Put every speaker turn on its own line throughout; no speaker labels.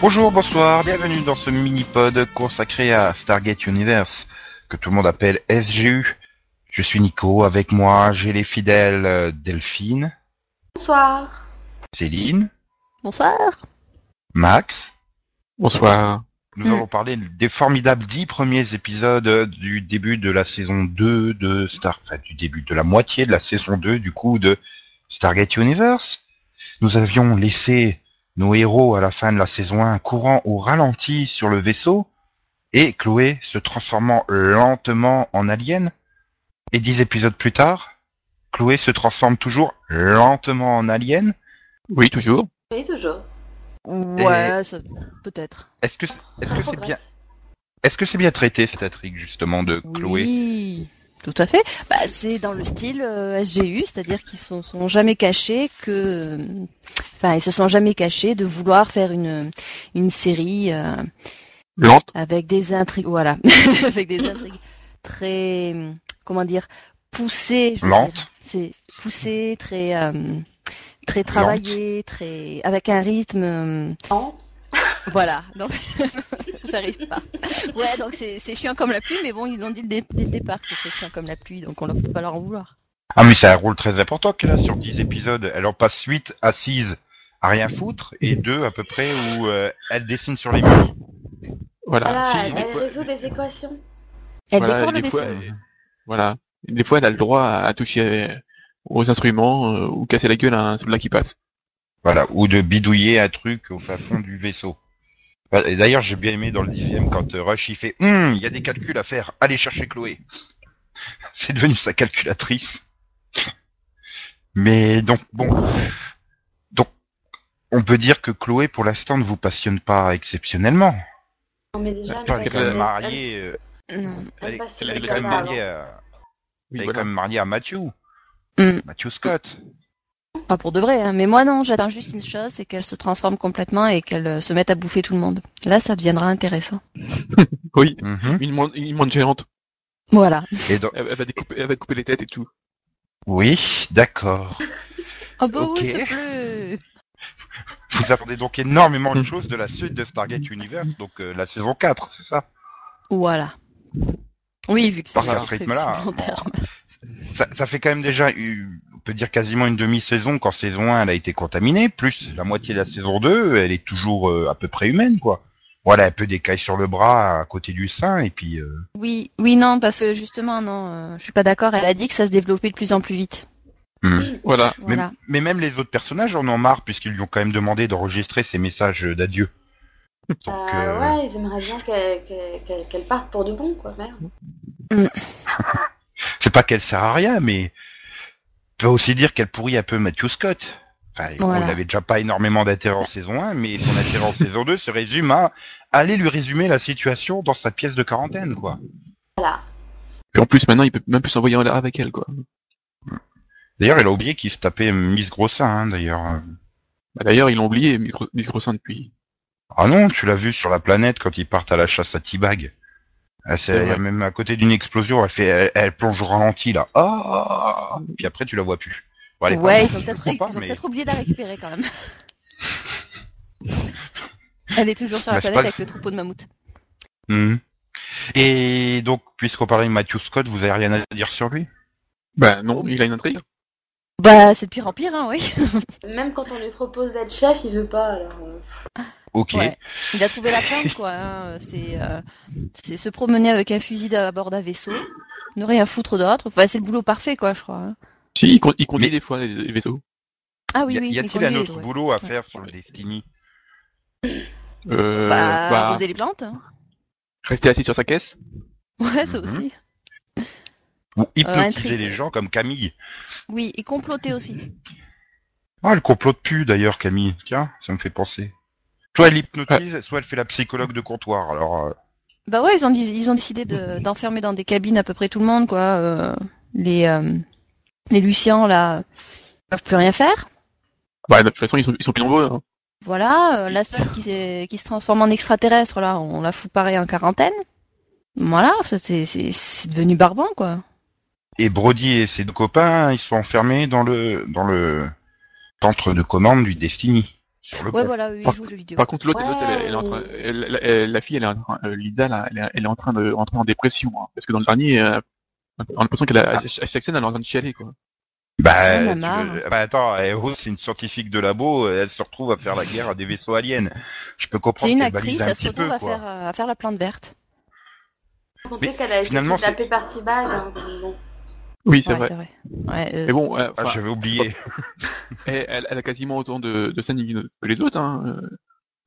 Bonjour, bonsoir, bienvenue dans ce mini-pod consacré à Stargate Universe, que tout le monde appelle SGU. Je suis Nico, avec moi j'ai les fidèles euh, Delphine,
Bonsoir.
Céline,
Bonsoir.
Max.
Bonsoir.
Nous
Mm.
allons parler des formidables dix premiers épisodes euh, du début de la saison 2 de Star... Enfin, du début de la moitié de la saison 2, du coup, de Stargate Universe. Nous avions laissé nos héros à la fin de la saison 1 courant au ralenti sur le vaisseau, et Chloé se transformant lentement en alien. Et dix épisodes plus tard, Chloé se transforme toujours lentement en alien.
Oui, toujours.
Oui, toujours.
Ouais, ça- peut-être.
Est-ce que est-ce
Ça
que c'est
progresse.
bien est-ce que c'est bien traité cette intrigue justement de Chloé
Oui, tout à fait. Bah, c'est dans le style euh, SGU, c'est-à-dire qu'ils sont, sont jamais cachés que, enfin, ils se sont jamais cachés de vouloir faire une une série euh,
Lente.
avec des intrigues, voilà, avec des intrigues très, euh, comment dire, poussées. je veux
Lente.
dire. C'est poussé, très euh, très travaillé, très avec un rythme. euh,
Non.
Voilà, donc j'arrive pas. Ouais, donc c'est c'est chiant comme la pluie, mais bon, ils l'ont dit dès, dès le départ que ce serait chiant comme la pluie, donc on ne peut pas leur en vouloir.
Ah mais c'est un rôle très important qu'elle a sur 10 épisodes. Elle en passe 8 assises à rien foutre et 2 à peu près où euh, elle dessine sur les murs.
Voilà.
Voilà,
Bah, si,
elle,
oui,
elle
quoi.
résout des équations.
Elle
Voilà,
décore le
et des
vaisseau.
fois, euh, voilà. Et des fois, elle a le droit à, à toucher euh, aux instruments euh, ou casser la gueule à un soldat qui passe.
Voilà, ou de bidouiller un truc au fin fond du vaisseau. Voilà, et D'ailleurs j'ai bien aimé dans le dixième quand euh, Rush il fait « Hum, il y a des calculs à faire, allez chercher Chloé !» C'est devenu sa calculatrice. Mais donc bon, donc on peut dire que Chloé pour l'instant ne vous passionne pas exceptionnellement.
Non, mais déjà,
Pas
elle
Bah, qu'elle
qu'elle
est
est-
passionne- elle-
mariée... euh,
Non.
elle
Elle est,
passionne
elle est
les
quand même
gamins
mariée
avant.
à,
Oui,
elle est
voilà.
quand même mariée à Matthew.
Mm.
Matthew Scott.
Pas pour de vrai, hein, mais moi non, j'attends juste une chose, c'est qu'elle se transforme complètement et qu'elle euh, se mette à bouffer tout le monde. Là, ça deviendra intéressant.
Oui, une monde, une monde géante.
Voilà.
Et donc-
Elle, elle va découper, elle va couper les têtes et tout.
oui, d'accord.
Oh bah
Ok.
oui, s'il te plaît.
Vous attendez donc énormément de
Mm.
choses de la suite de Stargate Universe, donc euh, la saison 4, c'est ça
Voilà. Oui, vu que c'est
Par ce
un truc
rythme-là,
sur le long
bon.
terme.
ça, ça fait quand même déjà, eu- on peut dire quasiment une demi-saison quand saison 1 elle a été contaminée, plus la moitié de la saison 2, elle est toujours euh, à peu près humaine, quoi. Voilà, un peu d'écailles sur le bras à côté du sein, et puis... euh,
Oui, oui, non, parce que justement, non, euh, je suis pas d'accord. Elle a dit que ça se développait de plus en plus vite.
Voilà.
mm. mais-
Voilà.
mais même les autres personnages en ont marre, puisqu'ils lui ont quand même demandé d'enregistrer ses messages d'adieu. Donc,
Euh,
euh,
Ouais, ils aimeraient bien qu'elle qu'elle- qu'elle- qu'elle parte pour de bon, quoi. Merde.
C'est pas qu'elle sert à rien, mais on peut aussi dire qu'elle pourrit un peu Matthew Scott. Enfin,
Voilà.
on n'avait déjà pas énormément d'intérêt en saison 1, mais son intérêt en saison 2 se résume à aller lui résumer la situation dans sa pièce de quarantaine, quoi.
Voilà.
Et en plus, maintenant, il peut même plus s'envoyer en l'air avec elle, quoi.
D'ailleurs, elle a oublié qu'il se tapait Miss Grossin, hein, d'ailleurs.
Bah, D'ailleurs, ils l'ont oublié, micro, micro depuis.
Ah non, tu l'as vu sur la planète quand ils partent à la chasse à T-Bag. Elle s'est-
C'est vrai.
même à côté d'une explosion, elle fait, elle, elle plonge au ralenti, là. Ah Puis après, tu la vois plus. Bon, elle est pas
ouais,
morte,
ils ont
je
peut-être
crois pas,
ils ont
mais-
peut-être oublié de la récupérer quand même. Elle est toujours sur la
Bah, c'est
planète
pas-
avec le troupeau de mammouth.
Mhm. Et donc, puisqu'on parlait de Matthew Scott, vous avez rien à dire sur lui
Ben non, il a une intrigue.
Bah, c'est de pire en pire, hein, oui.
Même quand on lui propose d'être chef, il veut pas, alors... euh,
Ok.
Ouais. Il a trouvé la plainte, quoi. hein. C'est euh, c'est se promener avec un fusil à bord d'un vaisseau, ne rien foutre d'autre. Enfin, c'est le boulot parfait, quoi, je crois. hein.
Si, il, con- il conduit
Mais-
des fois les, les vaisseaux.
Ah oui,
Y a-
oui.
y
mais
a-t-il
qu'on
un
y est,
autre
ouais.
boulot à faire sur le Destiny
Euh,
Bah,
bah,
arroser les plantes. hein.
rester assis sur sa caisse.
Ouais, ça
Mhm.
aussi.
Ou hypnotiser
Euh, intrigue.
les gens comme Camille
Oui, et comploter aussi.
Ah, elle complote plus d'ailleurs, Camille. Tiens, ça me fait penser. Soit elle hypnotise, soit elle fait la psychologue de comptoir. Alors, euh,
Bah ouais, ils ont, ils ont décidé de- d'enfermer dans des cabines à peu près tout le monde, quoi. euh, les, euh, les Luciens, là, ils peuvent plus rien faire.
Bah, de toute façon, ils sont, ils sont plus nombreux. hein.
Voilà, euh, la seule qui, s'est- qui se transforme en extraterrestre, là, on la fout pareil en quarantaine. Voilà, ça, c'est c'est- c'est devenu barbant, quoi.
et Brody et ses deux copains, ils sont enfermés dans le dans le centre de commande du Destiny. Sur le
Ouais,
pont.
voilà, eux, ils
Par-
jouent aux jeux vidéo.
Par contre, l'autre,
Ouais.
l'autre, elle, est- elle est en train, elle- elle- elle- la fille, elle est en train, euh, Lisa, là, elle, est- elle est en train de rentrer en dépression, hein, parce que dans le dernier, euh, on a l'impression qu'elle, a- à chaque scène, elle est en train de chialer, quoi.
Ouais,
Bah,
on a
tu
marre.
veux- bah, attends, eh, Rose, c'est une scientifique de labo, euh, elle se retrouve à faire la guerre à des vaisseaux aliens. Je peux comprendre
C'est une
qu'elle
actrice,
balise un
elle se
petit
retrouve
peu,
à,
quoi.
faire, euh, à faire la plante verte.
Sans
Mais
compter qu'elle a été
finalement, c'est-
tapée par T-Bag. hein, donc bon.
Oui, c'est
Ouais,
vrai.
c'est vrai. Ouais, euh,
Mais bon, euh,
Ah,
enfin,
j'avais oublié.
elle, elle- elle a quasiment autant de, de scènes que les autres, hein. Euh,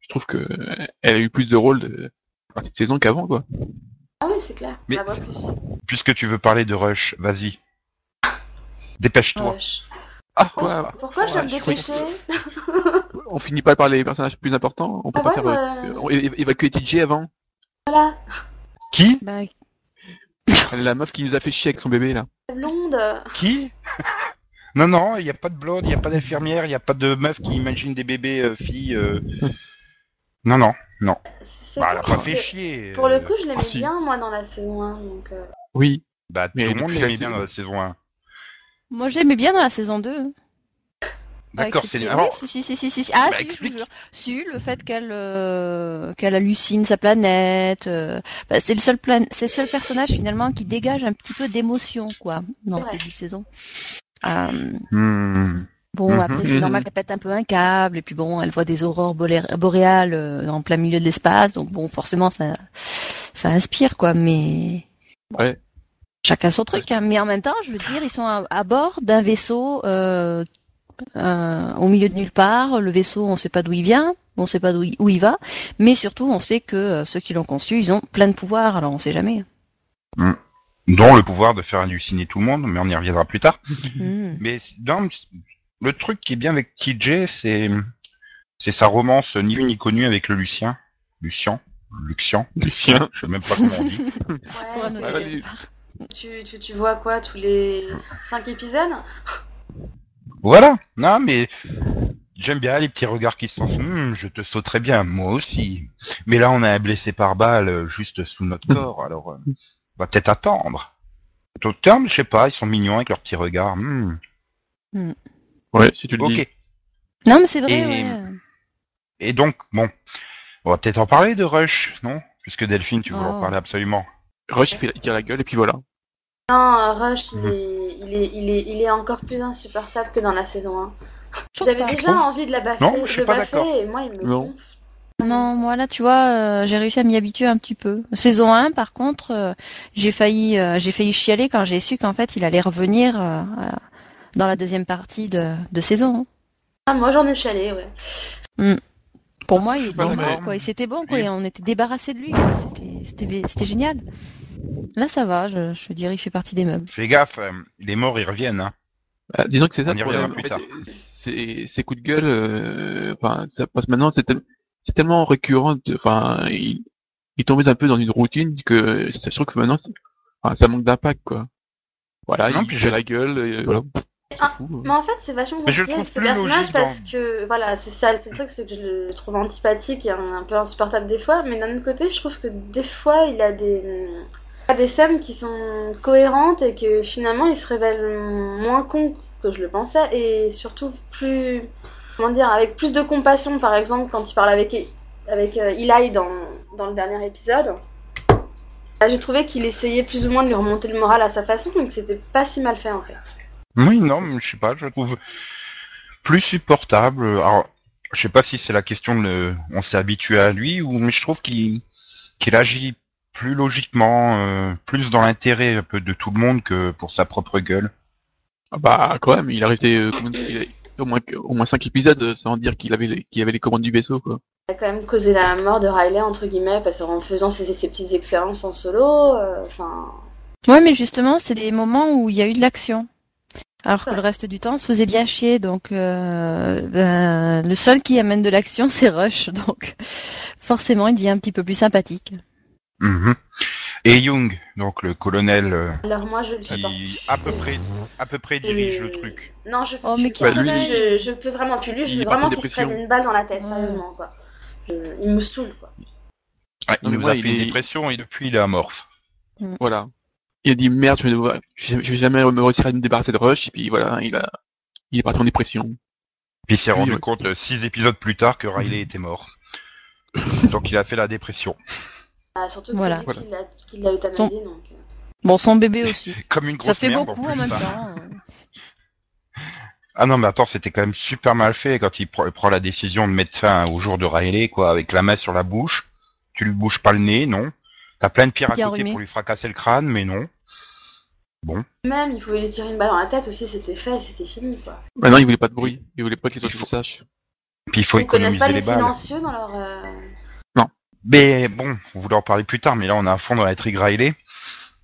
Je trouve que, euh, elle a eu plus de rôles de partie de saison qu'avant, quoi.
Ah oui, c'est clair.
Mais-
On la voit plus.
Puisque tu veux parler de Rush, vas-y. Dépêche-toi.
Ouais, je-
Ah, quoi.
Pourquoi je dois
Ouais,
me
je crois que-
dépêcher
On finit pas par les personnages plus importants. On peut
Ah
pas
ouais,
faire,
bah,
euh, on- é- évacuer TJ avant.
Voilà,
Qui
bah,
La meuf qui nous a fait chier avec son bébé, là.
la blonde.
Qui Non, non, il n'y a pas de blonde, il n'y a pas d'infirmière, il n'y a pas de meuf qui imagine des bébés euh, filles. euh. Non, non.
C'est c'est
Bah, elle a
con,
pas
parce
fait
que
chier.
Pour
euh.
le coup, je
Ah,
l'aimais
si.
bien, moi, dans la saison 1. Donc, euh,
Oui.
Bah, tout
Mais
le monde
depuis
l'aimait
la
bien
saison-
dans la saison 1.
moi, je l'aimais bien dans la saison 2.
D'accord,
Bah, Avec
c'est...
cette-
Alors,
Ah, oui, si, si, si, si, si. Ah,
Bah,
si,
explique.
je vous jure. Si, le fait qu'elle euh, qu'elle hallucine sa planète. euh, bah, c'est le seul plan... c'est le seul personnage finalement qui dégage un petit peu d'émotion, quoi, dans
Ouais.
ce début de saison. Euh,
hmm.
bon,
Mhm.
après, c'est
Mhm.
normal qu'elle pète un peu un câble, et puis bon, elle voit des aurores bolé- boréales euh, en plein milieu de l'espace, donc bon, forcément, ça, ça inspire, quoi, mais.
Ouais.
Chacun son truc, hein. mais en même temps, je veux dire, ils sont à, à bord d'un vaisseau euh, euh, au milieu de nulle part. Le vaisseau, on ne sait pas d'où il vient, on ne sait pas d'où il, où il va, mais surtout, on sait que euh, ceux qui l'ont conçu, ils ont plein de pouvoirs, alors on ne sait jamais.
Dont le pouvoir de faire halluciner tout le monde, mais on y reviendra plus tard.
Mhm.
Hmm.
Mais c- non, mais c- le truc qui est bien avec TJ, c'est c'est sa romance ni vue ni connue avec le Lucien. Lucian Lucian
Lucien.
Je sais même pas comment on dit.
Pour un
ouais,
autre
Ouais,
quelque
vas-y.
part.
tu, tu, tu vois quoi tous les 5 épisodes
Voilà. Non, mais j'aime bien les petits regards qui se lancent. Hum, je te sauterai bien, moi aussi. Mais là, on a un blessé par balle euh, juste sous notre corps, alors euh, on va peut-être attendre. Au terme, je sais pas, ils sont mignons avec leurs petits regards. Hum,
Ouais, si tu le dis.
ok.
Non, mais c'est vrai,
Et-
ouais.
euh,
Et donc, bon, on va peut-être en parler de Rush, non Puisque Delphine, tu voulais en
Oh.
parler absolument.
Rush, il, fait, il tire la gueule, et puis voilà.
Non, euh, Rush, il
Mhm.
est, il, est, il, est, il est encore plus insupportable que dans la saison 1.
Je trouve
J'avais
pas.
déjà envie de la baffer,
Non, je suis
de
pas
baffer,
d'accord.
et moi, il me
Non.
gonfle.
Non, moi là, tu vois, euh, j'ai réussi à m'y habituer un petit peu. Saison 1, par contre, euh, j'ai failli, euh, j'ai failli chialer quand j'ai su qu'en fait, il allait revenir euh, euh, dans la deuxième partie de, de saison. hein.
Ah, moi, j'en ai chalé, ouais.
Pour moi, il était
pas
mort,
d'accord.
quoi. Et c'était bon, quoi.
Oui.
Et on était débarrassé de lui. quoi. C'était- C'était c'était génial. Là, ça va. Je, je dirais qu'il fait partie des meubles.
Fais gaffe, euh, les morts, ils reviennent. Hein.
Ah, disons que c'est ça
On y
le problème.
reviendra
En fait, c'est- Ces coups de gueule, euh, enfin, ça passe maintenant, c'est tel- c'est tellement récurrent, de- enfin, il, il tombait un peu dans une routine que c'est sûr que maintenant, c'est- enfin, ça manque d'impact, quoi. Voilà,
Non,
il
puis
tire
je-
la gueule, et voilà.
Ah,
Fou, hein.
Mais en fait, c'est vachement
Mais je
compliqué
le trouve
avec ce
plus
personnage
logique
parce
dans-
que, voilà, c'est ça, c'est le truc, c'est que je le trouve antipathique et un, un peu insupportable des fois, mais d'un autre côté, je trouve que des fois, il a des, hum, il a des scènes qui sont cohérentes et que finalement, il se révèle moins con que je le pensais et surtout plus, comment dire, avec plus de compassion, par exemple, quand il parle avec, avec euh, Eli dans, dans le dernier épisode. Bah, J'ai trouvé qu'il essayait plus ou moins de lui remonter le moral à sa façon, donc c'était pas si mal fait en fait.
Oui, non, mais je sais pas, je le trouve plus supportable. Alors, je sais pas si c'est la question de le- on s'est habitué à lui ou mais je trouve qu'il qu'il agit plus logiquement, euh, plus dans l'intérêt un peu de tout le monde que pour sa propre gueule.
Ah Bah, quand même, il a resté euh, combien de- il a- au moins, au moins cinq épisodes euh, sans dire qu'il avait, les- qu'il avait les commandes du vaisseau, quoi.
a quand même causé la mort de Riley entre guillemets parce qu'en faisant ses, ses petites expériences en solo, euh, enfin
Ouais, mais justement, c'est des moments où il y a eu de l'action. Alors
Ah.
que le reste du temps, on se faisait bien chier. Donc, euh, ben, le seul qui amène de l'action, c'est Rush. Donc, forcément, il devient un petit peu plus sympathique.
Mhm. Et Young, donc le colonel euh,
alors moi je le supporte.
qui à peu près à peu près dirige le truc.
Non, je,
Oh,
je,
mais
peux
qu'est-ce
plus, je,
qu'il
je peux vraiment plus lui, je
Il
veux
part en
vraiment qu'il se
dépression.
prenne une balle dans la tête,
Ouais.
sérieusement quoi. Je- il me saoule quoi.
Ah, il
Non, mais
nous
moi,
a
il
fait une
est-
dépression et depuis il est amorphe.
Voilà. Il a dit merde, je vais, devoir- je vais- je vais jamais me retirer à me débarrasser de Rush, et puis voilà, il a, il est parti en dépression.
Puis il s'est
Oui,
rendu
ouais.
compte euh, six épisodes plus tard que Riley était mort. Donc il a fait la dépression.
Ah, surtout que
Voilà.
c'est lui qui l'a- qui l'a euthanasié, donc... euh.
Bon, son bébé aussi.
Comme une grosse
Ça fait
merde
beaucoup
plus,
en même
hein.
temps.
Ah non, mais attends, c'était quand même super mal fait quand il pr- prend la décision de mettre fin au jour de Riley, quoi, avec la main sur la bouche. Tu lui bouges pas le nez, non. T'as plein de pierres à
Bien
côté
enrhumé.
pour lui fracasser le crâne, mais non.
Même, il pouvait lui tirer une balle dans la tête aussi, c'était fait, c'était fini, quoi.
Maintenant, Bah il voulait pas de bruit. Il voulait pas que les autres le sachent.
Puis il faut
Ils connaissent
économiser
pas
les,
les,
balles.
silencieux dans leur... euh,
Mais bon, on voulait en parler plus tard, mais là on est à fond dans la trigue Riley.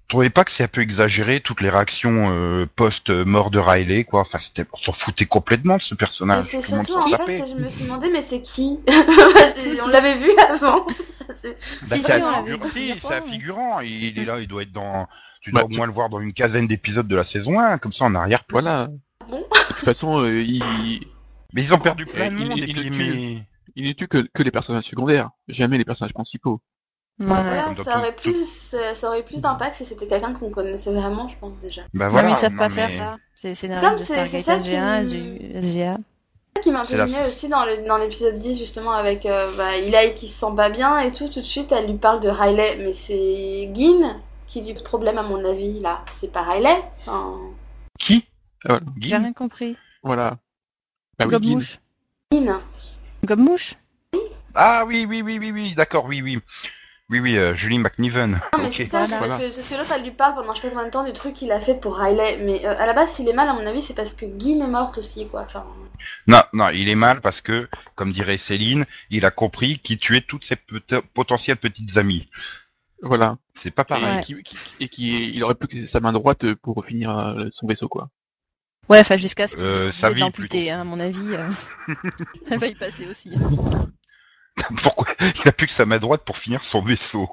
Trouvez pas que c'est un peu exagéré toutes les réactions euh, post-mort de Riley, quoi. Enfin, c'était, on s'en foutait complètement de ce
Mais
personnage.
c'est
Tout le monde
surtout,
s'en
en fait,
tapait.
c'est- je me suis demandé, mais c'est qui Parce que On l'avait vu avant. Ça, c'est-
Bah,
Si,
c'est
si,
un
on l'avait vu
figurant, si,
plusieurs
c'est un
fois,
figurant. Il est là, il doit être dans. Tu
Bah,
dois au moins le voir dans une quinzaine d'épisodes de la saison 1, comme ça en arrière-plan.
Voilà.
bon
De toute façon, euh, il,
Mais ils ont perdu plein de
Il-
monde.
il-
et puis,
il-
mais-
il ne tue que, que les personnages secondaires. Jamais les personnages principaux.
Voilà.
Bah Voilà,
Comme
ça
dans
aurait
tout-
plus, euh, ça aurait plus d'impact si c'était quelqu'un qu'on connaissait vraiment, je pense déjà.
Bah
non,
voilà.
mais ils savent
non,
pas
mais-
faire ça. C'est
Comme
scénariste de
c'est- c'est
Stargate
ça qui
SG1,
me-
SGA.
C'est ça qui m'a un
C'est
peu
la-
gênée aussi dans le- dans l'épisode 10, justement, avec euh, bah, Eli qui se sent pas bien et tout. Tout de suite, elle lui parle de Riley, mais c'est Gin qui lui pose problème, à mon avis, là. C'est pas Riley. Enfin,
Qui
Ah,
Guy
J'ai rien compris.
Voilà. Bah oui,
Gobe
Dean.
mouche.
Gin.
Gobe mouche.
Ah oui, oui, oui, oui, oui, d'accord, oui, oui. Oui, oui, euh, Julie McNiven.
Non, mais
Ok.
c'est ça,
Voilà.
parce que, parce que l'autre, elle lui parle pendant je sais pas combien de temps du truc qu'il a fait pour Riley. Mais euh, à la base, s'il est mal, à mon avis, c'est parce que Gin est morte aussi, quoi. Enfin,
Non, non, il est mal parce que, comme dirait Céline, il a compris qu'il tuait toutes ses peut- potentielles petites amies.
Voilà.
C'est pas
Et,
pareil.
Ouais.
qui, qui- et qui, il aurait plus que sa main droite pour finir euh, son vaisseau, quoi.
Ouais, enfin jusqu'à ce qu'il
Euh,
qu'il
sa
ait
vie,
amputé,
plutôt.
hein, à mon avis. euh. Elle va y passer aussi.
Pourquoi Il a plus que sa main droite pour finir son vaisseau.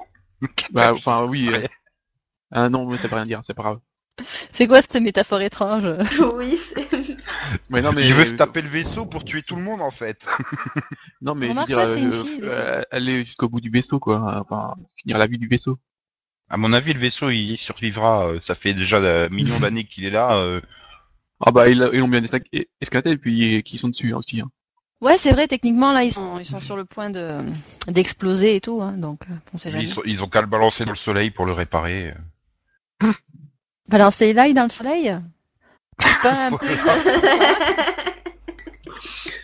Bah, enfin, oui. euh,
Ouais.
Ah non, mais ça veut rien dire, c'est pas grave.
C'est quoi cette métaphore étrange
oui, c'est.
Mais non, mais.
Il veut se taper le vaisseau pour tuer tout le monde en fait.
Non, mais je veux
Remarque
dire,
pas, c'est une
euh,
fille,
euh, aller jusqu'au bout du vaisseau, quoi. hein, Enfin, finir la vie du vaisseau.
À mon avis, le vaisseau il survivra. euh, Ça fait déjà euh,
Mhm.
millions d'années qu'il est là. euh,
Ah bah, ils ils l'ont bien esca- e- escalaté, et puis qui sont dessus hein, aussi. hein.
Ouais, c'est vrai. Techniquement, là, ils sont, ils sont sur le point de d'exploser et tout. Hein, donc, euh, on sait jamais.
Ils, sont- ils ont qu'à le balancer dans le soleil pour le réparer.
Balancer l'ail dans le soleil. C'est Pas un peu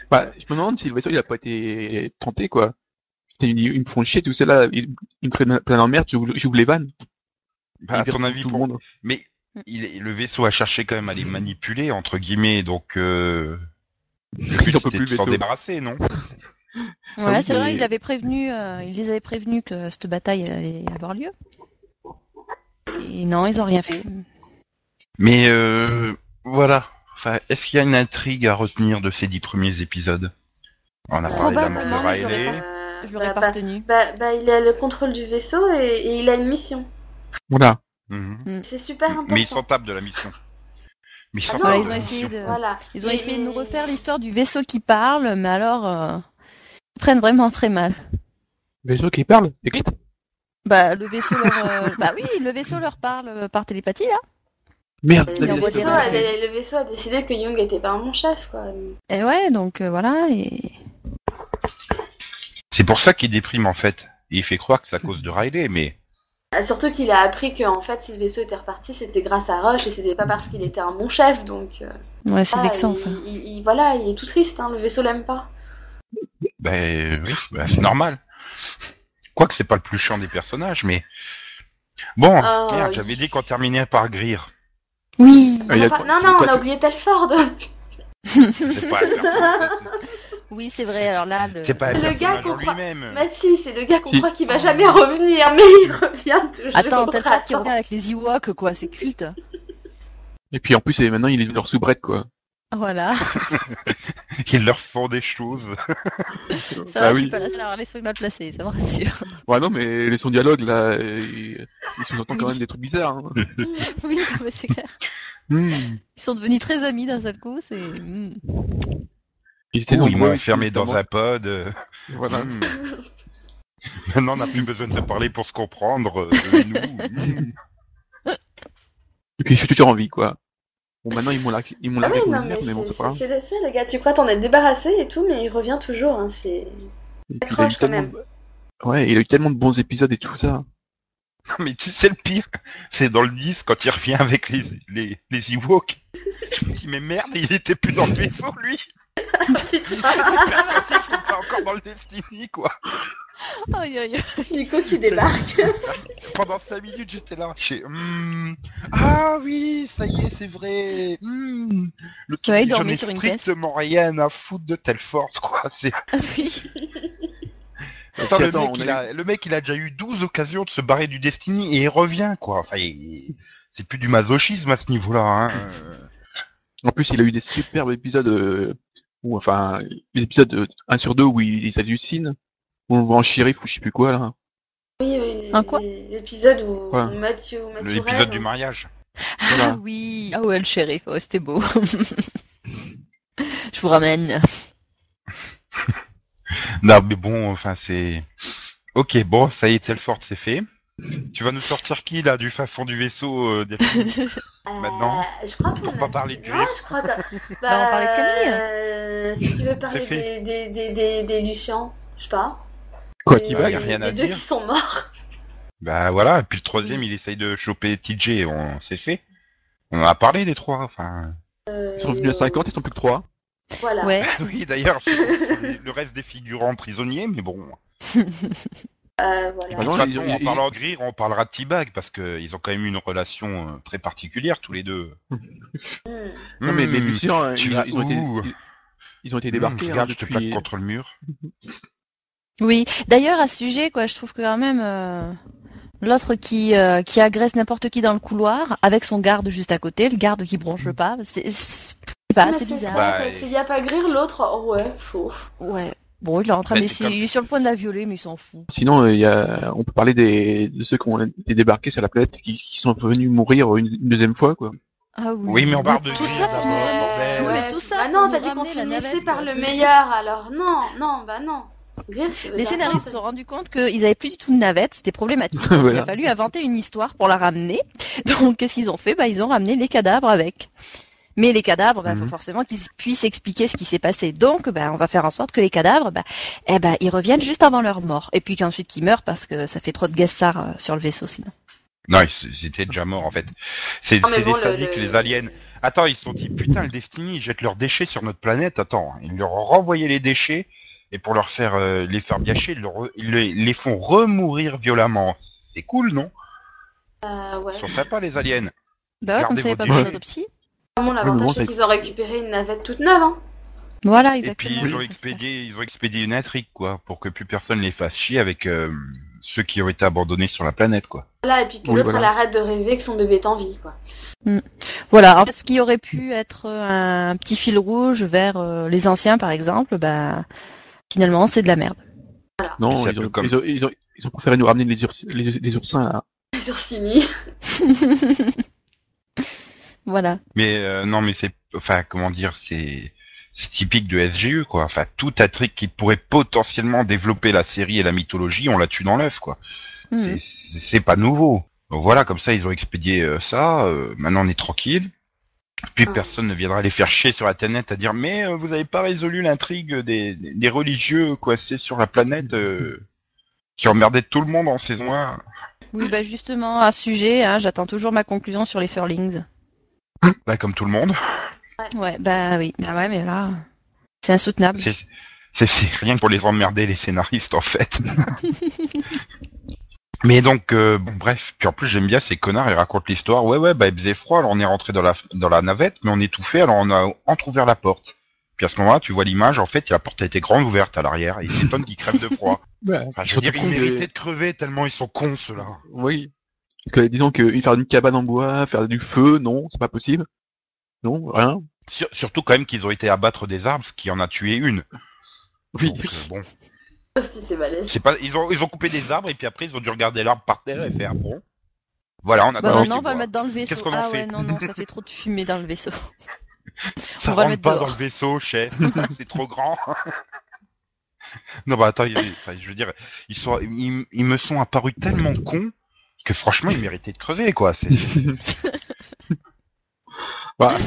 Bah, je me demande si le vaisseau, il a pas été tenté, quoi. Putain, Ils, ils me font chier, tout ça, là. Ils, ils me prennent plein d'emmerdes, j'ouvre j'ouvre les vannes.
Bah, à
Ils
ton
perdent
avis,
tout le
pour-
monde.
mais
Mm.
il est- le vaisseau a cherché quand même à les manipuler entre guillemets, donc euh... le but
Ils en peuvent
c'était
plus,
de
le
s'en
vaisseau.
débarrasser, non
Ah
Ouais,
oui,
c'est
mais-
vrai. Il avait prévenu, euh, il les avait prévenus que cette bataille allait avoir lieu. Et non, ils ont rien fait.
Mais euh, voilà. Enfin, est-ce qu'il y a une intrigue à retenir de ces dix premiers épisodes On a parlé de la mort
Probablement,
de
mais je l'aurais
Riley.
pas- Je
bah,
l'aurais pas retenu.
bah, bah, il a le contrôle du vaisseau et, et il a une mission.
Voilà.
Mhm.
C'est super important.
Mais ils s'en tapent de la mission. Mais ils
Ah
s'en
non,
tapent
Voilà,
de
ils ont
la
essayé
mission.
de,
Voilà.
ils ont
Mais-
essayé de nous
mais-
refaire l'histoire du vaisseau qui parle, mais alors, euh, ils prennent vraiment très mal.
Le vaisseau qui parle, c'est Clit.
Bah, le vaisseau leur, euh, bah oui, le vaisseau leur parle euh, par télépathie, là.
Merde, Ah,
Le
Ils
la
ont
vitesse
vaisseau,
envoyé
de la
a,
des-
vitesse.
le vaisseau a décidé que Young était pas mon chef, quoi.
Et ouais, donc, euh, voilà, et,
C'est pour ça qu'il déprime en fait. Et il fait croire que
Mm.
c'est à cause de Riley, mais
Ah, Surtout qu'il a appris que en fait, si le vaisseau était reparti, c'était grâce à Rush et c'était pas parce qu'il était un bon chef, donc. euh,
ouais, c'est
ah,
vexant,
il,
ça.
il- il- voilà, il est tout triste, hein, le vaisseau l'aime pas.
ben oui, ben, c'est normal. Quoique c'est pas le plus chiant des personnages, mais bon,
Ah,
merde,
oui.
j'avais dit qu'on terminait par Greer.
Oui,
Ah, il y a
Enfin,
trois-
non, non, on
pourquoi
a
tu-
oublié Telford.
Euh. C'est pas, un personnage,
oui, c'est vrai, alors là, le,
c'est- c'est pas un
Le gars
personnage
qu'on
en
croit-
lui-même.
bah si, c'est le gars qu'on
Si.
croit qu'il va jamais revenir, mais il revient toujours.
attends, t'as le fait qui
Attends.
revient avec les Ewoks, quoi, c'est culte.
Et puis en plus, et maintenant, il est leur soubrette, quoi.
Voilà.
Ils leur font des choses.
Ça va,
Bah
je
oui.
suis pas la seule à avoir l'esprit mal placé, ça me rassure.
Ouais, non, mais son dialogue, là, euh, il, il sous-entend quand
Oui.
même des trucs bizarres. Hein.
oui, non, mais c'est clair.
Mmh.
Hmm.
Ils sont devenus très amis d'un seul coup, c'est, hmm.
Ils étaient
Ouh, ils m'ont
nombreux,
enfermé
justement.
dans un pod. euh,
Voilà.
hmm. Maintenant, on n'a plus besoin de se parler pour se comprendre. euh, nous, hmm.
Et puis je suis toujours en vie, quoi. Bon, maintenant, ils m'ont la, ils m'ont
Ah
la
ouais,
avec
non,
une
mais
merde, mais bon, c'est pas
c'est-
grave.
c'est c'est ça, le gars. Tu crois t'en être débarrassé et tout, mais il revient toujours. Hein, c'est...
Et puis,
accroche quand
tellement... de- Ouais, il a eu tellement de bons épisodes et tout ça.
Non, mais tu sais le pire, c'est dans le 10 quand il revient avec les, les, les Ewoks. Je me dis, mais merde, il était plus dans le vaisseau lui. il était encore dans le Destiny quoi.
Aïe, aïe, aïe.
Nico qui débarque.
Pendant 5 minutes j'étais là, je fais, Hmm, ah oui, ça y est, c'est vrai. Hmm. Le truc,
Ouais, il
j'en
dormait
ai
sur une caisse.
strictement rien à foutre de telle force quoi. C'est
Ah Oui.
Attends,
Puis
le,
attends,
mec,
on
il
a
a, le mec, il a déjà eu 12 occasions de se barrer du Destiny et il revient, quoi. Enfin, il- c'est plus du masochisme à ce niveau-là. Hein. Euh,
Bah,
En plus, il a eu des superbes épisodes, euh, où, enfin, des épisodes euh, 1 sur 2 où ils ils hallucinent, où on le voit en shérif ou je sais plus quoi, là.
Oui, oui.
Un quoi
les- L'épisode où
Quoi
Mathieu, euh, Mathieu
euh, L'épisode
rêve.
du mariage.
Ah oui. Ah ouais, le shérif. Ouais, c'était beau. Je vous ramène.
Non, mais bon, enfin, c'est... Ok, bon, ça y est, Telfort, c'est fait. Tu vas nous sortir qui, là, du fin fond du vaisseau euh, des-
Euh,
Maintenant,
je crois qu'on
pour
a-
pas parler de
Non, je crois que.
Bah, on parlait de Camille.
euh, si tu veux parler
C'est fait.
des, des, des, des, des Lucians, je sais pas.
Quoi
Des-
qu'il
va,
va,
y a
des-
rien à
des deux
dire.
qui sont morts.
Bah voilà, et puis le troisième, il essaye de choper TJ, on c'est fait. On en a parlé des trois, enfin...
Euh,
ils sont revenus à 50, ils sont plus que 3.
Voilà.
Ouais.
Ah Oui, d'ailleurs, je sais pas si le reste des figurants prisonniers, mais bon...
Euh,
De
voilà.
Bah,
toute
non,
façon,
ils-
en
ils-
parlant de Greer, on parlera de T-Bag, parce qu'ils ont quand même une relation euh, très particulière, tous les deux.
Hmm.
Non, mais, mais
Hmm,
Lucien, euh,
tu
ils,
vas
ils ont été,
où
ils, ils ont été
hmm,
débarqués, hein,
regarde, je te
depuis...
plaque contre le mur.
Oui, d'ailleurs à ce sujet, quoi, je trouve que quand même euh, l'autre qui euh, qui agresse n'importe qui dans le couloir avec son garde juste à côté, le garde qui bronche pas, c'est c'est je sais pas,
Mais
c'est bizarre.
ça.
ça, quoi.
Bah,
S'il n'y a pas Greer, l'autre, oh ouais, faux.
Ouais. Bon, il est en train
Mais Bah, c'est
d'essayer,
comme-
il est sur le point de la violer, mais il s'en fout.
Sinon, euh, il y a, on peut parler des, de ceux qui ont été débarqués sur la planète, qui, qui sont venus mourir une, une deuxième fois, quoi.
Ah oui.
Oui, mais on parle de
tout
Greer
ça.
d'abord,
pour-
bordel.
Ouais, mais tout ça
Bah non, t'as
pour nous
dit qu'on
ramener la
finissait
navette,
par
quoi.
le meilleur, alors non, non, bah non. Greer, c'est-
Les
bah,
scénaristes se
non,
sont rendus compte qu'ils avaient plus du tout de navette, c'était problématique. Il
voilà.
a fallu inventer une histoire pour la ramener. Donc, qu'est-ce qu'ils ont fait Bah, ils ont ramené les cadavres avec. Mais les cadavres, bah, faut
Mhm.
forcément qu'ils puissent expliquer ce qui s'est passé. Donc, bah, on va faire en sorte que les cadavres, bah, eh ben, ils reviennent juste avant leur mort. Et puis qu'ensuite qu'ils meurent parce que ça fait trop de gassards euh, sur le vaisseau sinon.
Non, ils ils étaient déjà morts, en fait. C'est
Non, mais
c'est
bon,
les
le-
sadiques,
le-
les aliens. Attends, ils se sont dit, putain, le Destiny, ils jettent leurs déchets sur notre planète. Attends, ils leur ont renvoyé les déchets, et pour leur faire euh, les faire gâcher, ils, leur- ils les- les font remourir violemment. C'est cool, non
euh, ouais.
Ils sont sympas, les aliens.
Bah ouais, comme
Gardez
ça, il n'y avait
vos
pas
dieux.
besoin d'autopsie.
Bon, l'avantage,
Oui, mais bon,
c'est
ça-
qu'ils ont récupéré une navette toute neuve, hein.
Voilà,
Et puis
exactement.
ils ont expédié, ils ont expédié une intrigue quoi, pour que plus personne les fasse chier avec euh, ceux qui ont été abandonnés sur la planète quoi.
Là, et puis que
Oui,
l'autre,
voilà.
elle arrête de rêver que son bébé est en vie, quoi.
Voilà, en fait, ce qui aurait pu être euh, un petit fil rouge vers euh, les anciens, par exemple, bah, finalement, c'est de la merde.
Mais
Non,
ça
ils
peut
ont,
comme-
ils, ont, ils, ont, ils ont préféré nous ramener les, urs- les, les oursins, là.
Sur Simi.
voilà.
Mais euh, non, mais c'est, enfin comment dire, c'est c'est typique de SGU quoi. Enfin toute intrigue qui pourrait potentiellement développer la série et la mythologie, on la tue dans l'œuf quoi.
Mhm.
C'est- C'est c'est pas nouveau. Donc voilà, comme ça ils ont expédié euh, ça. euh, maintenant on est tranquille. Puis
Ah.
personne ne viendra les faire chier sur la planète à dire mais euh, vous avez pas résolu l'intrigue des, des des religieux coincés sur la planète euh, qui emmerdaient tout le monde en saison 1.
Oui, bah justement, à ce sujet, hein, j'attends toujours ma conclusion sur les Furlings.
Bah, comme tout le monde.
Ouais, bah oui, bah ouais, mais là, c'est insoutenable.
C'est c'est- c'est rien que pour les emmerder les scénaristes en fait. Ah, Mais donc euh, bon bref, puis en plus j'aime bien ces connards, ils racontent l'histoire. Ouais ouais, bah il faisait froid, alors on est rentré dans la dans la navette, mais on est tout fait, alors on a entrouvert la porte. Puis à ce moment-là, tu vois l'image, en fait, la porte a été grande ouverte à l'arrière, et ils s'étonnent qu'ils crèvent de froid.
Ouais,
Enfin, je veux dire, ils méritaient de crever tellement ils sont cons ceux-là.
Oui. Parce que disons que faire une cabane en bois, faire du feu, non, c'est pas possible. Non, rien.
Sur- surtout quand même qu'ils ont été abattre des arbres, ce qui en a tué une.
Oui.
Donc, euh, bon,
Sauf si c'est balèze.
c'est pas, ils ont ils ont coupé des arbres et puis après ils ont dû regarder l'arbre par terre et faire bon. Voilà, on a
Bah
pas envie
maintenant, on
de
va le
voir.
mettre dans le vaisseau.
Qu'est-ce qu'on en
ah
fait
ouais, non, non, ça fait trop de fumée dans le vaisseau.
Ça
on va le
rentre
mettre
pas
dehors.
dans le vaisseau, chef. c'est trop grand. non, bah attends, ils- enfin, je veux dire, ils sont, ils, ils me sont apparus tellement cons que franchement, ils méritaient de crever, quoi. C'est-
Bah,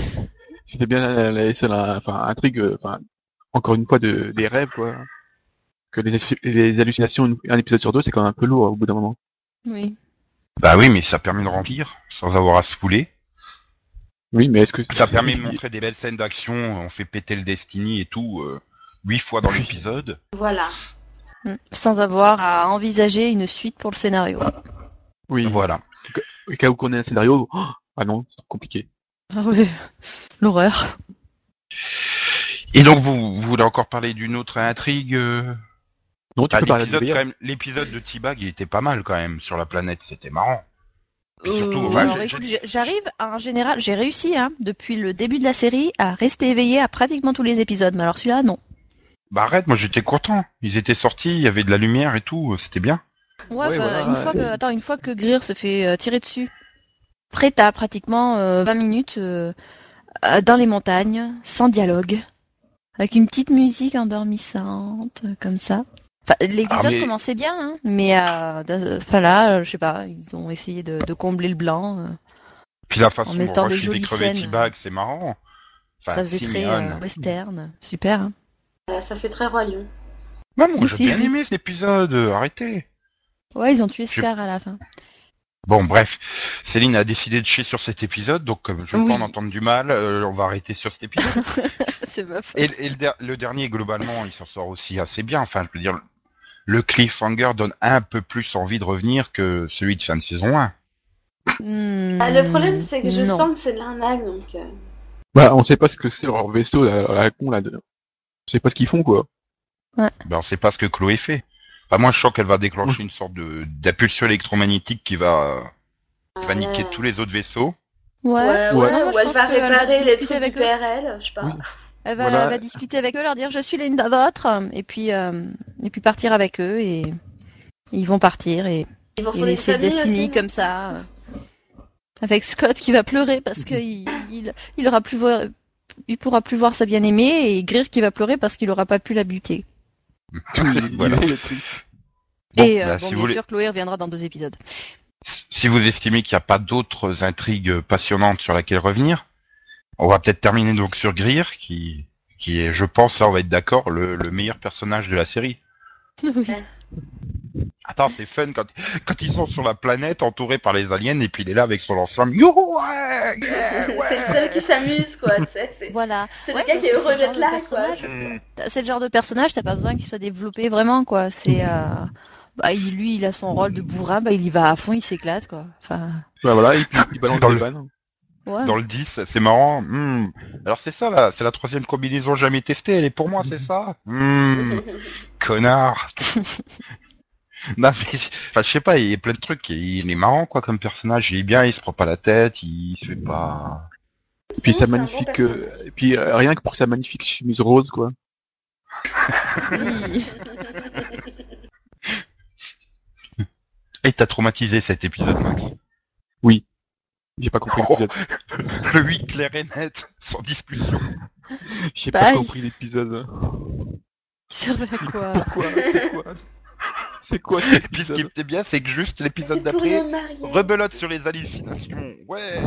c'était bien la, la, la seule enfin, intrigue, euh, enfin, encore une fois, de, des rêves, quoi. Que les, les hallucinations, une- un épisode sur deux, c'est quand même un peu lourd au bout d'un moment.
Oui.
Bah oui, mais ça permet de remplir sans avoir à se fouler.
Oui, mais est-ce que
Ça permet de montrer des belles scènes d'action, on fait péter le Destiny et tout, euh, huit fois dans l'épisode.
Voilà.
Mm. Sans avoir à envisager une suite pour le scénario.
Oui,
Voilà.
au cas où qu'on ait un scénario, oh, ah non, c'est compliqué.
Ah oui, l'horreur.
Et donc vous, vous voulez encore parler d'une autre intrigue euh,
Non, tu
bah,
peux parler de
l'épisode,
BR.
quand même- L'épisode de T-Bag, il était pas mal quand même sur la planète, c'était marrant. Et surtout,
Euh,
enfin,
alors,
j'ai-
écoute, j'ai- j'arrive à un général, j'ai réussi hein, depuis le début de la série à rester éveillé à pratiquement tous les épisodes, mais alors celui-là non.
Bah arrête, moi j'étais content. Ils étaient sortis, il y avait de la lumière et tout, euh, c'était bien.
Ouais,
Ouais,
bah,
voilà,
une fois
ouais.
que attends, une fois que Greer se fait euh, tirer dessus, après t'as pratiquement euh, 20 minutes euh, euh, dans les montagnes, sans dialogue, avec une petite musique endormissante, euh, comme ça. Enfin, L'épisode
Ah, mais-
commençait bien, hein, mais euh, d'un- enfin là, euh, je sais pas, ils ont essayé de, de combler le blanc. euh,
Puis la façon
En
dont
mettant des
Rush fait
jolies
crever
scènes.
T-Bag, c'est marrant. Enfin,
ça faisait très euh,
Bah, Simeon.
western, super. hein.
Euh, ça fait très Roi Lion.
Ouais, moi, j'ai
Aussi.
bien aimé cet épisode, euh, arrêtez.
Ouais, ils ont tué
Je-
Scar à la fin.
Bon, bref, Céline a décidé de chier sur cet épisode, donc comme je veux
Oui.
pas en entendre du mal, euh, on va arrêter sur cet épisode.
C'est ma faute.
Et, et le, der- le dernier, globalement, il s'en sort aussi assez bien. Enfin, je veux dire, le cliffhanger donne un peu plus envie de revenir que celui de fin de saison 1.
Hmm,
Ah, le problème, c'est que je
non.
sens que c'est de l'arnaque, donc. euh,
Bah, on sait pas ce que c'est leur vaisseau, la, la con, là. De... On sait pas ce qu'ils font, quoi.
Ben, on sait pas ce que Chloé fait. Enfin, moi, je sens qu'elle va déclencher une sorte de d'impulsion électromagnétique qui va, qui va
ouais.
Ah.
niquer tous les autres vaisseaux.
Ouais.
Ouais, ouais,
Ouais.
Non, moi,
ou
je
elle
pense
va
qu'elle va
réparer les
discuter
trucs du
avec eux.
PRL, je sais pas.
Oui.
Elle va,
Voilà.
elle va discuter avec eux, leur dire je suis l'une de vôtre, et puis euh, et puis partir avec eux et ils vont partir et,
Ils vont
et
fonder une
laisser
famille
Destiny
aussi,
comme ça euh, avec Scott qui va pleurer parce que il, il, il aura plus voir, il pourra plus voir sa bien-aimée et Greer qui va pleurer parce qu'il aura pas pu la buter.
Voilà.
Il- il- il-
Bon,
et euh,
bah,
bon,
si,
bien
vous voulez-
sûr, Chloé reviendra dans deux épisodes.
si vous estimez qu'il n'y a pas d'autres intrigues passionnantes sur laquelle revenir, on va peut-être terminer donc sur Greer, qui, qui est, je pense, là, on va être d'accord, le, le meilleur personnage de la série.
Oui.
Attends, c'est fun quand, quand ils sont sur la planète entourés par les aliens et puis il est là avec son lance-flamme. Youhou, ouais, yeah,
c'est le seul qui s'amuse, quoi, tu sais. C'est
voilà.
bah, c'est
Ouais,
le gars
mais
qui est
c'est
heureux
ce genre
d'être
de
là, quoi.
personnage.
ouais.
T'as- C'est le genre de personnage, t'as pas besoin qu'il soit développé vraiment quoi. C'est euh, bah il- lui, il a son rôle de bourrin, bah il y va à fond, il s'éclate quoi. Enfin.
Bah, voilà, et puis il balance
Dans
des
le-
vannes.
Ah.
Ouais.
Dans le 10, c'est marrant. Hmm. Alors c'est ça là, c'est la troisième combinaison jamais testée, elle est pour moi, c'est ça Hmm. Connard Non mais, enfin, je sais pas, il y a plein de trucs, il est marrant quoi comme personnage, il est bien, il se prend pas la tête, il se fait pas...
Et puis
Sinon,
sa
Ah c'est un bon
magnifique, euh,
personnage.
et puis euh, rien que pour sa magnifique chemise rose, quoi.
Oui.
Et t'as traumatisé cet épisode, Max.
J'ai pas compris
Oh.
l'épisode.
Le 8 clair et net, sans discussion.
J'ai
Bah,
pas
il-
compris l'épisode.
Il servait à quoi
Quoi C'est quoi C'est quoi cet
Et puis ce qui
épisode
était bien, c'est que juste l'épisode
C'est pour le
d'après,
marier.
rebelote sur les hallucinations. Ouais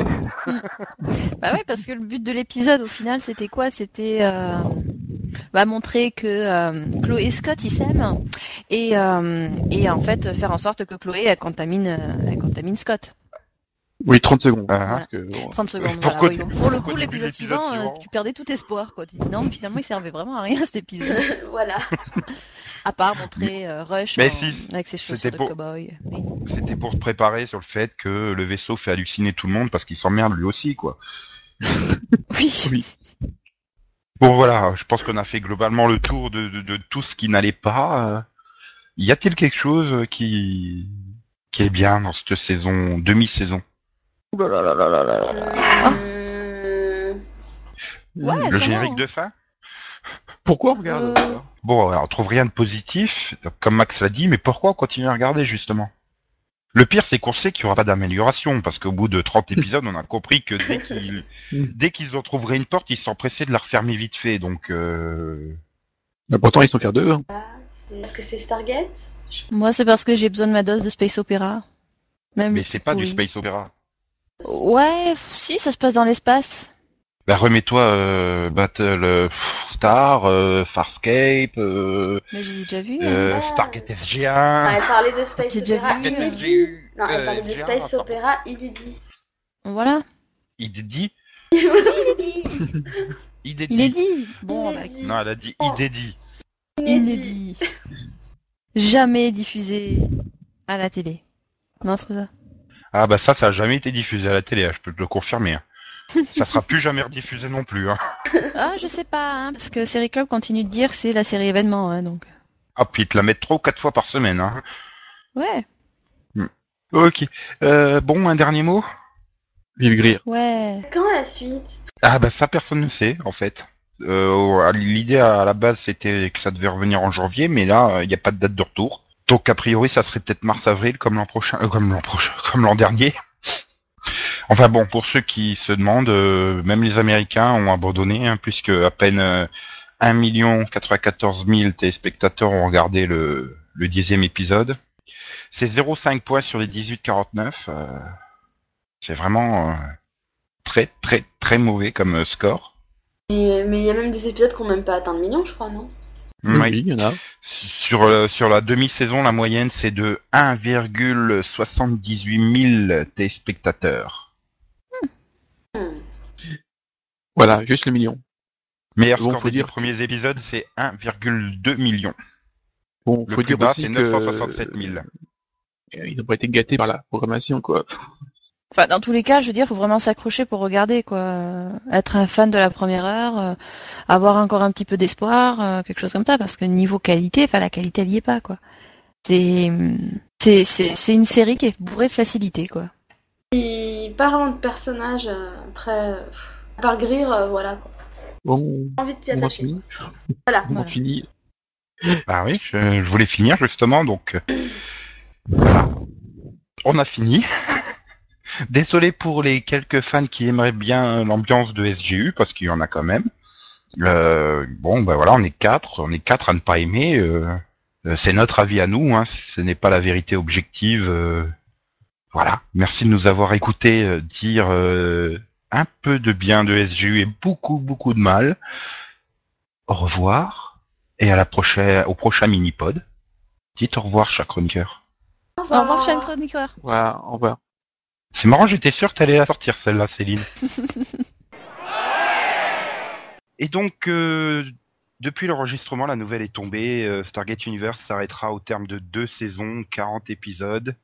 Bah ouais, parce que le but de l'épisode au final, c'était quoi C'était euh, bah, montrer que euh, Chloé et Scott ils s'aiment et euh, et en fait faire en sorte que Chloé elle contamine euh, elle contamine Scott.
Oui, 30 secondes.
Ah,
Parce que, bon,
30 secondes.
Pour
Voilà,
qu'au-
oui. Donc, pour le
pour qu'au
coup,
début de
l'épisode
l'épisode
suivant, euh,
suivant-
tu perdais tout espoir quoi. Tu dis non, mais finalement il servait vraiment à rien cet épisode.
voilà.
À part montrer euh, Rush
Mais
en-
si,
avec ses chaussures
c'était
de
pour-
cow-boy. Oui.
C'était pour te préparer sur le fait que le vaisseau fait halluciner tout le monde parce qu'il s'emmerde lui aussi, quoi.
Oui.
Oui.
Bon, voilà, je pense qu'on a fait globalement le tour de, de, de tout ce qui n'allait pas. Euh, Y a-t-il quelque chose euh, qui qui est bien dans cette saison, demi-saison
Ouh Oh là là là là là là.
Hum,
Ouais,
Le
sûrement.
générique de fin
Hmm. Pourquoi on regarde
Euh,
alors
Bon, alors, on trouve rien de positif, donc, comme Max l'a dit, mais pourquoi continuer à regarder, justement Le pire, c'est qu'on sait qu'il n'y aura pas d'amélioration, parce qu'au bout de 30 épisodes, on a compris que dès qu'ils dès qu'ils en trouveraient une porte, ils s'empressaient de la refermer vite fait, donc... Euh...
Bah, Pourtant, ils sont faire deux. hein.
c'est- Est-ce que c'est Stargate Je-
Moi, c'est parce que j'ai besoin de ma dose de space opéra. Même
Mais c'est pas du
Euh, oui.
space opéra.
Ouais, f- si, ça se passe dans l'espace.
Bah, remets-toi euh, Battle euh, Star, euh, Farscape, euh,
Mais j'ai déjà hein. vu.
euh,
Ah.
Stargate
Ah,
SG1.
elle parlait de Space
J'ai déjà
Opera
vu, euh,
Illidi. Non, elle
euh,
parlait de
j'ai un
Space
rapport.
Opera Illidi.
Voilà.
Il dit,
Illidi.
il dit,
Il est dit. Bon, bah,
Inédit.
Non, elle a dit, il dit.
il est
Inédit.
dit. Jamais diffusé à la télé. Non, c'est pas ça.
Ah bah ça, ça a jamais été diffusé à la télé, hein, je peux te le confirmer. hein. ça sera plus jamais rediffusé non plus. Hein.
Ah, je sais pas, hein, parce que Série Club continue de dire que c'est la série événement, hein, donc.
Ah puis ils te la mettent trois ou quatre fois par semaine. Hein.
Ouais,
Ok. Euh, bon, un dernier mot.
Vive Greer.
ouais.
Quand la suite
Ah bah ça personne ne sait en fait. Euh, L'idée à la base c'était que ça devait revenir en janvier, mais là il n'y a pas de date de retour. Donc a priori ça serait peut-être mars-avril comme l'an prochain, euh, comme l'an prochain, comme l'an dernier. Enfin bon, pour ceux qui se demandent, euh, même les Américains ont abandonné, hein, puisque à peine euh, 1 million 94 000 téléspectateurs ont regardé le, le dixième épisode. C'est 0,5 points sur les 18-49. euh, c'est vraiment euh, très très très mauvais comme euh, score.
Et- Mais il y a même des épisodes qui n'ont même pas atteint le million, je crois, non
Ouais.
Oui, il y en a.
Sur, euh, sur la demi-saison, la moyenne c'est de 1,78 000 téléspectateurs.
Hmm.
Voilà, juste le million.
Meilleur
Bon,
score
faut
des dix
dire-
premiers épisodes c'est 1,2 million.
Bon,
Le
faut
plus
dire
bas,
aussi
c'est
que-
967 000.
Euh, Ils ont pas été gâtés par la programmation, quoi.
Enfin, dans tous les cas, je veux dire, faut vraiment s'accrocher pour regarder, quoi. Euh, Être un fan de la première heure, euh, avoir encore un petit peu d'espoir, euh, quelque chose comme ça, parce que niveau qualité, enfin, la qualité, elle y est pas, quoi. C'est, mm, c'est, c'est, c'est une série qui est bourrée de facilité, quoi.
Et parlant de personnages euh, très. euh, À part Greer, euh, voilà quoi.
Bon,
Envie de s'y
on en
attacher.
finit.
Voilà.
On en
Voilà.
finit.
Ah oui, je, je voulais finir justement, donc euh, voilà. On a fini. Désolé pour les quelques fans qui aimeraient bien l'ambiance de SGU, parce qu'il y en a quand même. Euh, bon, ben voilà, on est quatre, on est quatre à ne pas aimer. euh, euh, c'est notre avis à nous, hein, ce n'est pas la vérité objective. euh, voilà, merci de nous avoir écoutés euh, dire euh, un peu de bien de SGU et beaucoup, beaucoup de mal. Au revoir et à la prochaine, au prochain mini-pod. Dites au revoir, cher chroniqueur.
Au
Au revoir, chaîne chroniqueur.
Voilà, au revoir.
C'est marrant, j'étais sûr que t'allais la sortir, celle-là, Céline. Et donc, euh, depuis l'enregistrement, la nouvelle est tombée. Euh, Stargate Universe s'arrêtera au terme de deux saisons, 40 épisodes.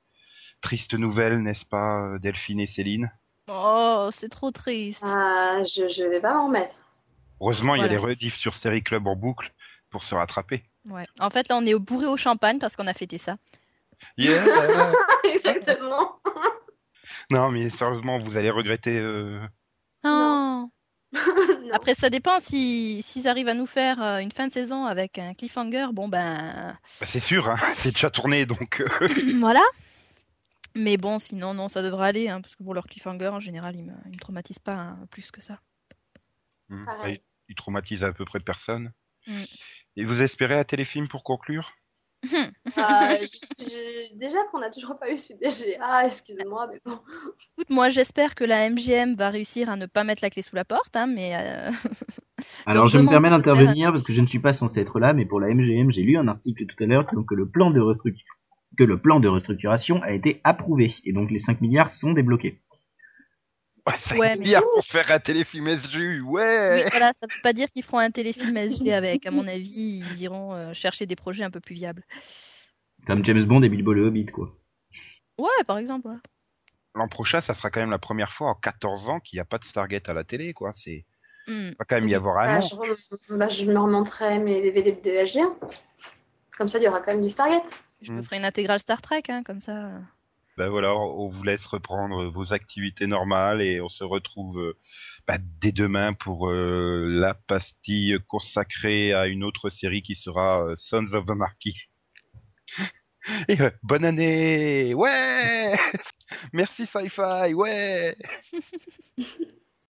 Triste nouvelle, n'est-ce pas, Delphine et Céline
Oh, c'est trop triste.
Ah, je, je vais pas m'en remettre.
Heureusement, il y a
Voilà.
les rediffs sur Série Club en boucle pour se rattraper.
Ouais. En fait, là, on est bourré au champagne parce qu'on a fêté ça.
Yeah
Exactement.
Non, mais sérieusement, vous allez regretter... euh,
Ah.
Non. Non.
Après, ça dépend si s'ils arrivent à nous faire euh, une fin de saison avec un cliffhanger. Bon ben,
bah, c'est sûr, hein, c'est déjà tourné, donc... euh,
voilà. Mais bon, sinon non, ça devrait aller, hein, parce que pour leur cliffhanger en général, ils me, ils me traumatisent pas hein, plus que ça.
Hmm.
Pareil.
Et Il traumatise à peu près personne.
Mm.
Et vous espérez un téléfilm pour conclure
Ah, je- je- déjà qu'on a toujours pas eu ce DGA, excuse-moi, mais bon.
Écoute, moi, j'espère que la MGM va réussir à ne pas mettre la clé sous la porte, hein, mais euh,
Alors,
Donc,
je me
vraiment,
permets
vous pouvez
d'intervenir parce que je ne suis pas censé être là, mais pour la MGM, j'ai lu un article tout à l'heure qui- donc, que le plan de restructuration que le plan de restructuration a été approuvé et donc les 5 milliards sont débloqués.
Ouais, ça
Ouais,
irait
mais-
bien pour faire un téléfilm SGU,
oui,
ouais
voilà, ça veut pas dire qu'ils feront un téléfilm SG avec. À mon avis, ils iront euh, chercher des projets un peu plus viables.
Comme James Bond et Bilbo le Hobbit quoi.
Ouais, par exemple. ouais.
L'an prochain, ça sera quand même la première fois en 14 ans qu'il n'y a pas de Stargate à la télé, quoi. C'est
Hmm.
il va quand même y
Oui.
avoir un
Bah,
an.
je, re- bah, je me remonterai mes DVD de DHG1. Comme ça, il y aura quand même du Stargate.
Je me
Mm.
ferai une intégrale Star Trek, hein, comme ça. euh.
Ben voilà, on vous laisse reprendre vos activités normales et on se retrouve euh, bah, dès demain pour euh, la pastille consacrée à une autre série qui sera euh, Sons of Anarchy. Et euh, bonne année Ouais Merci Sci-Fi, ouais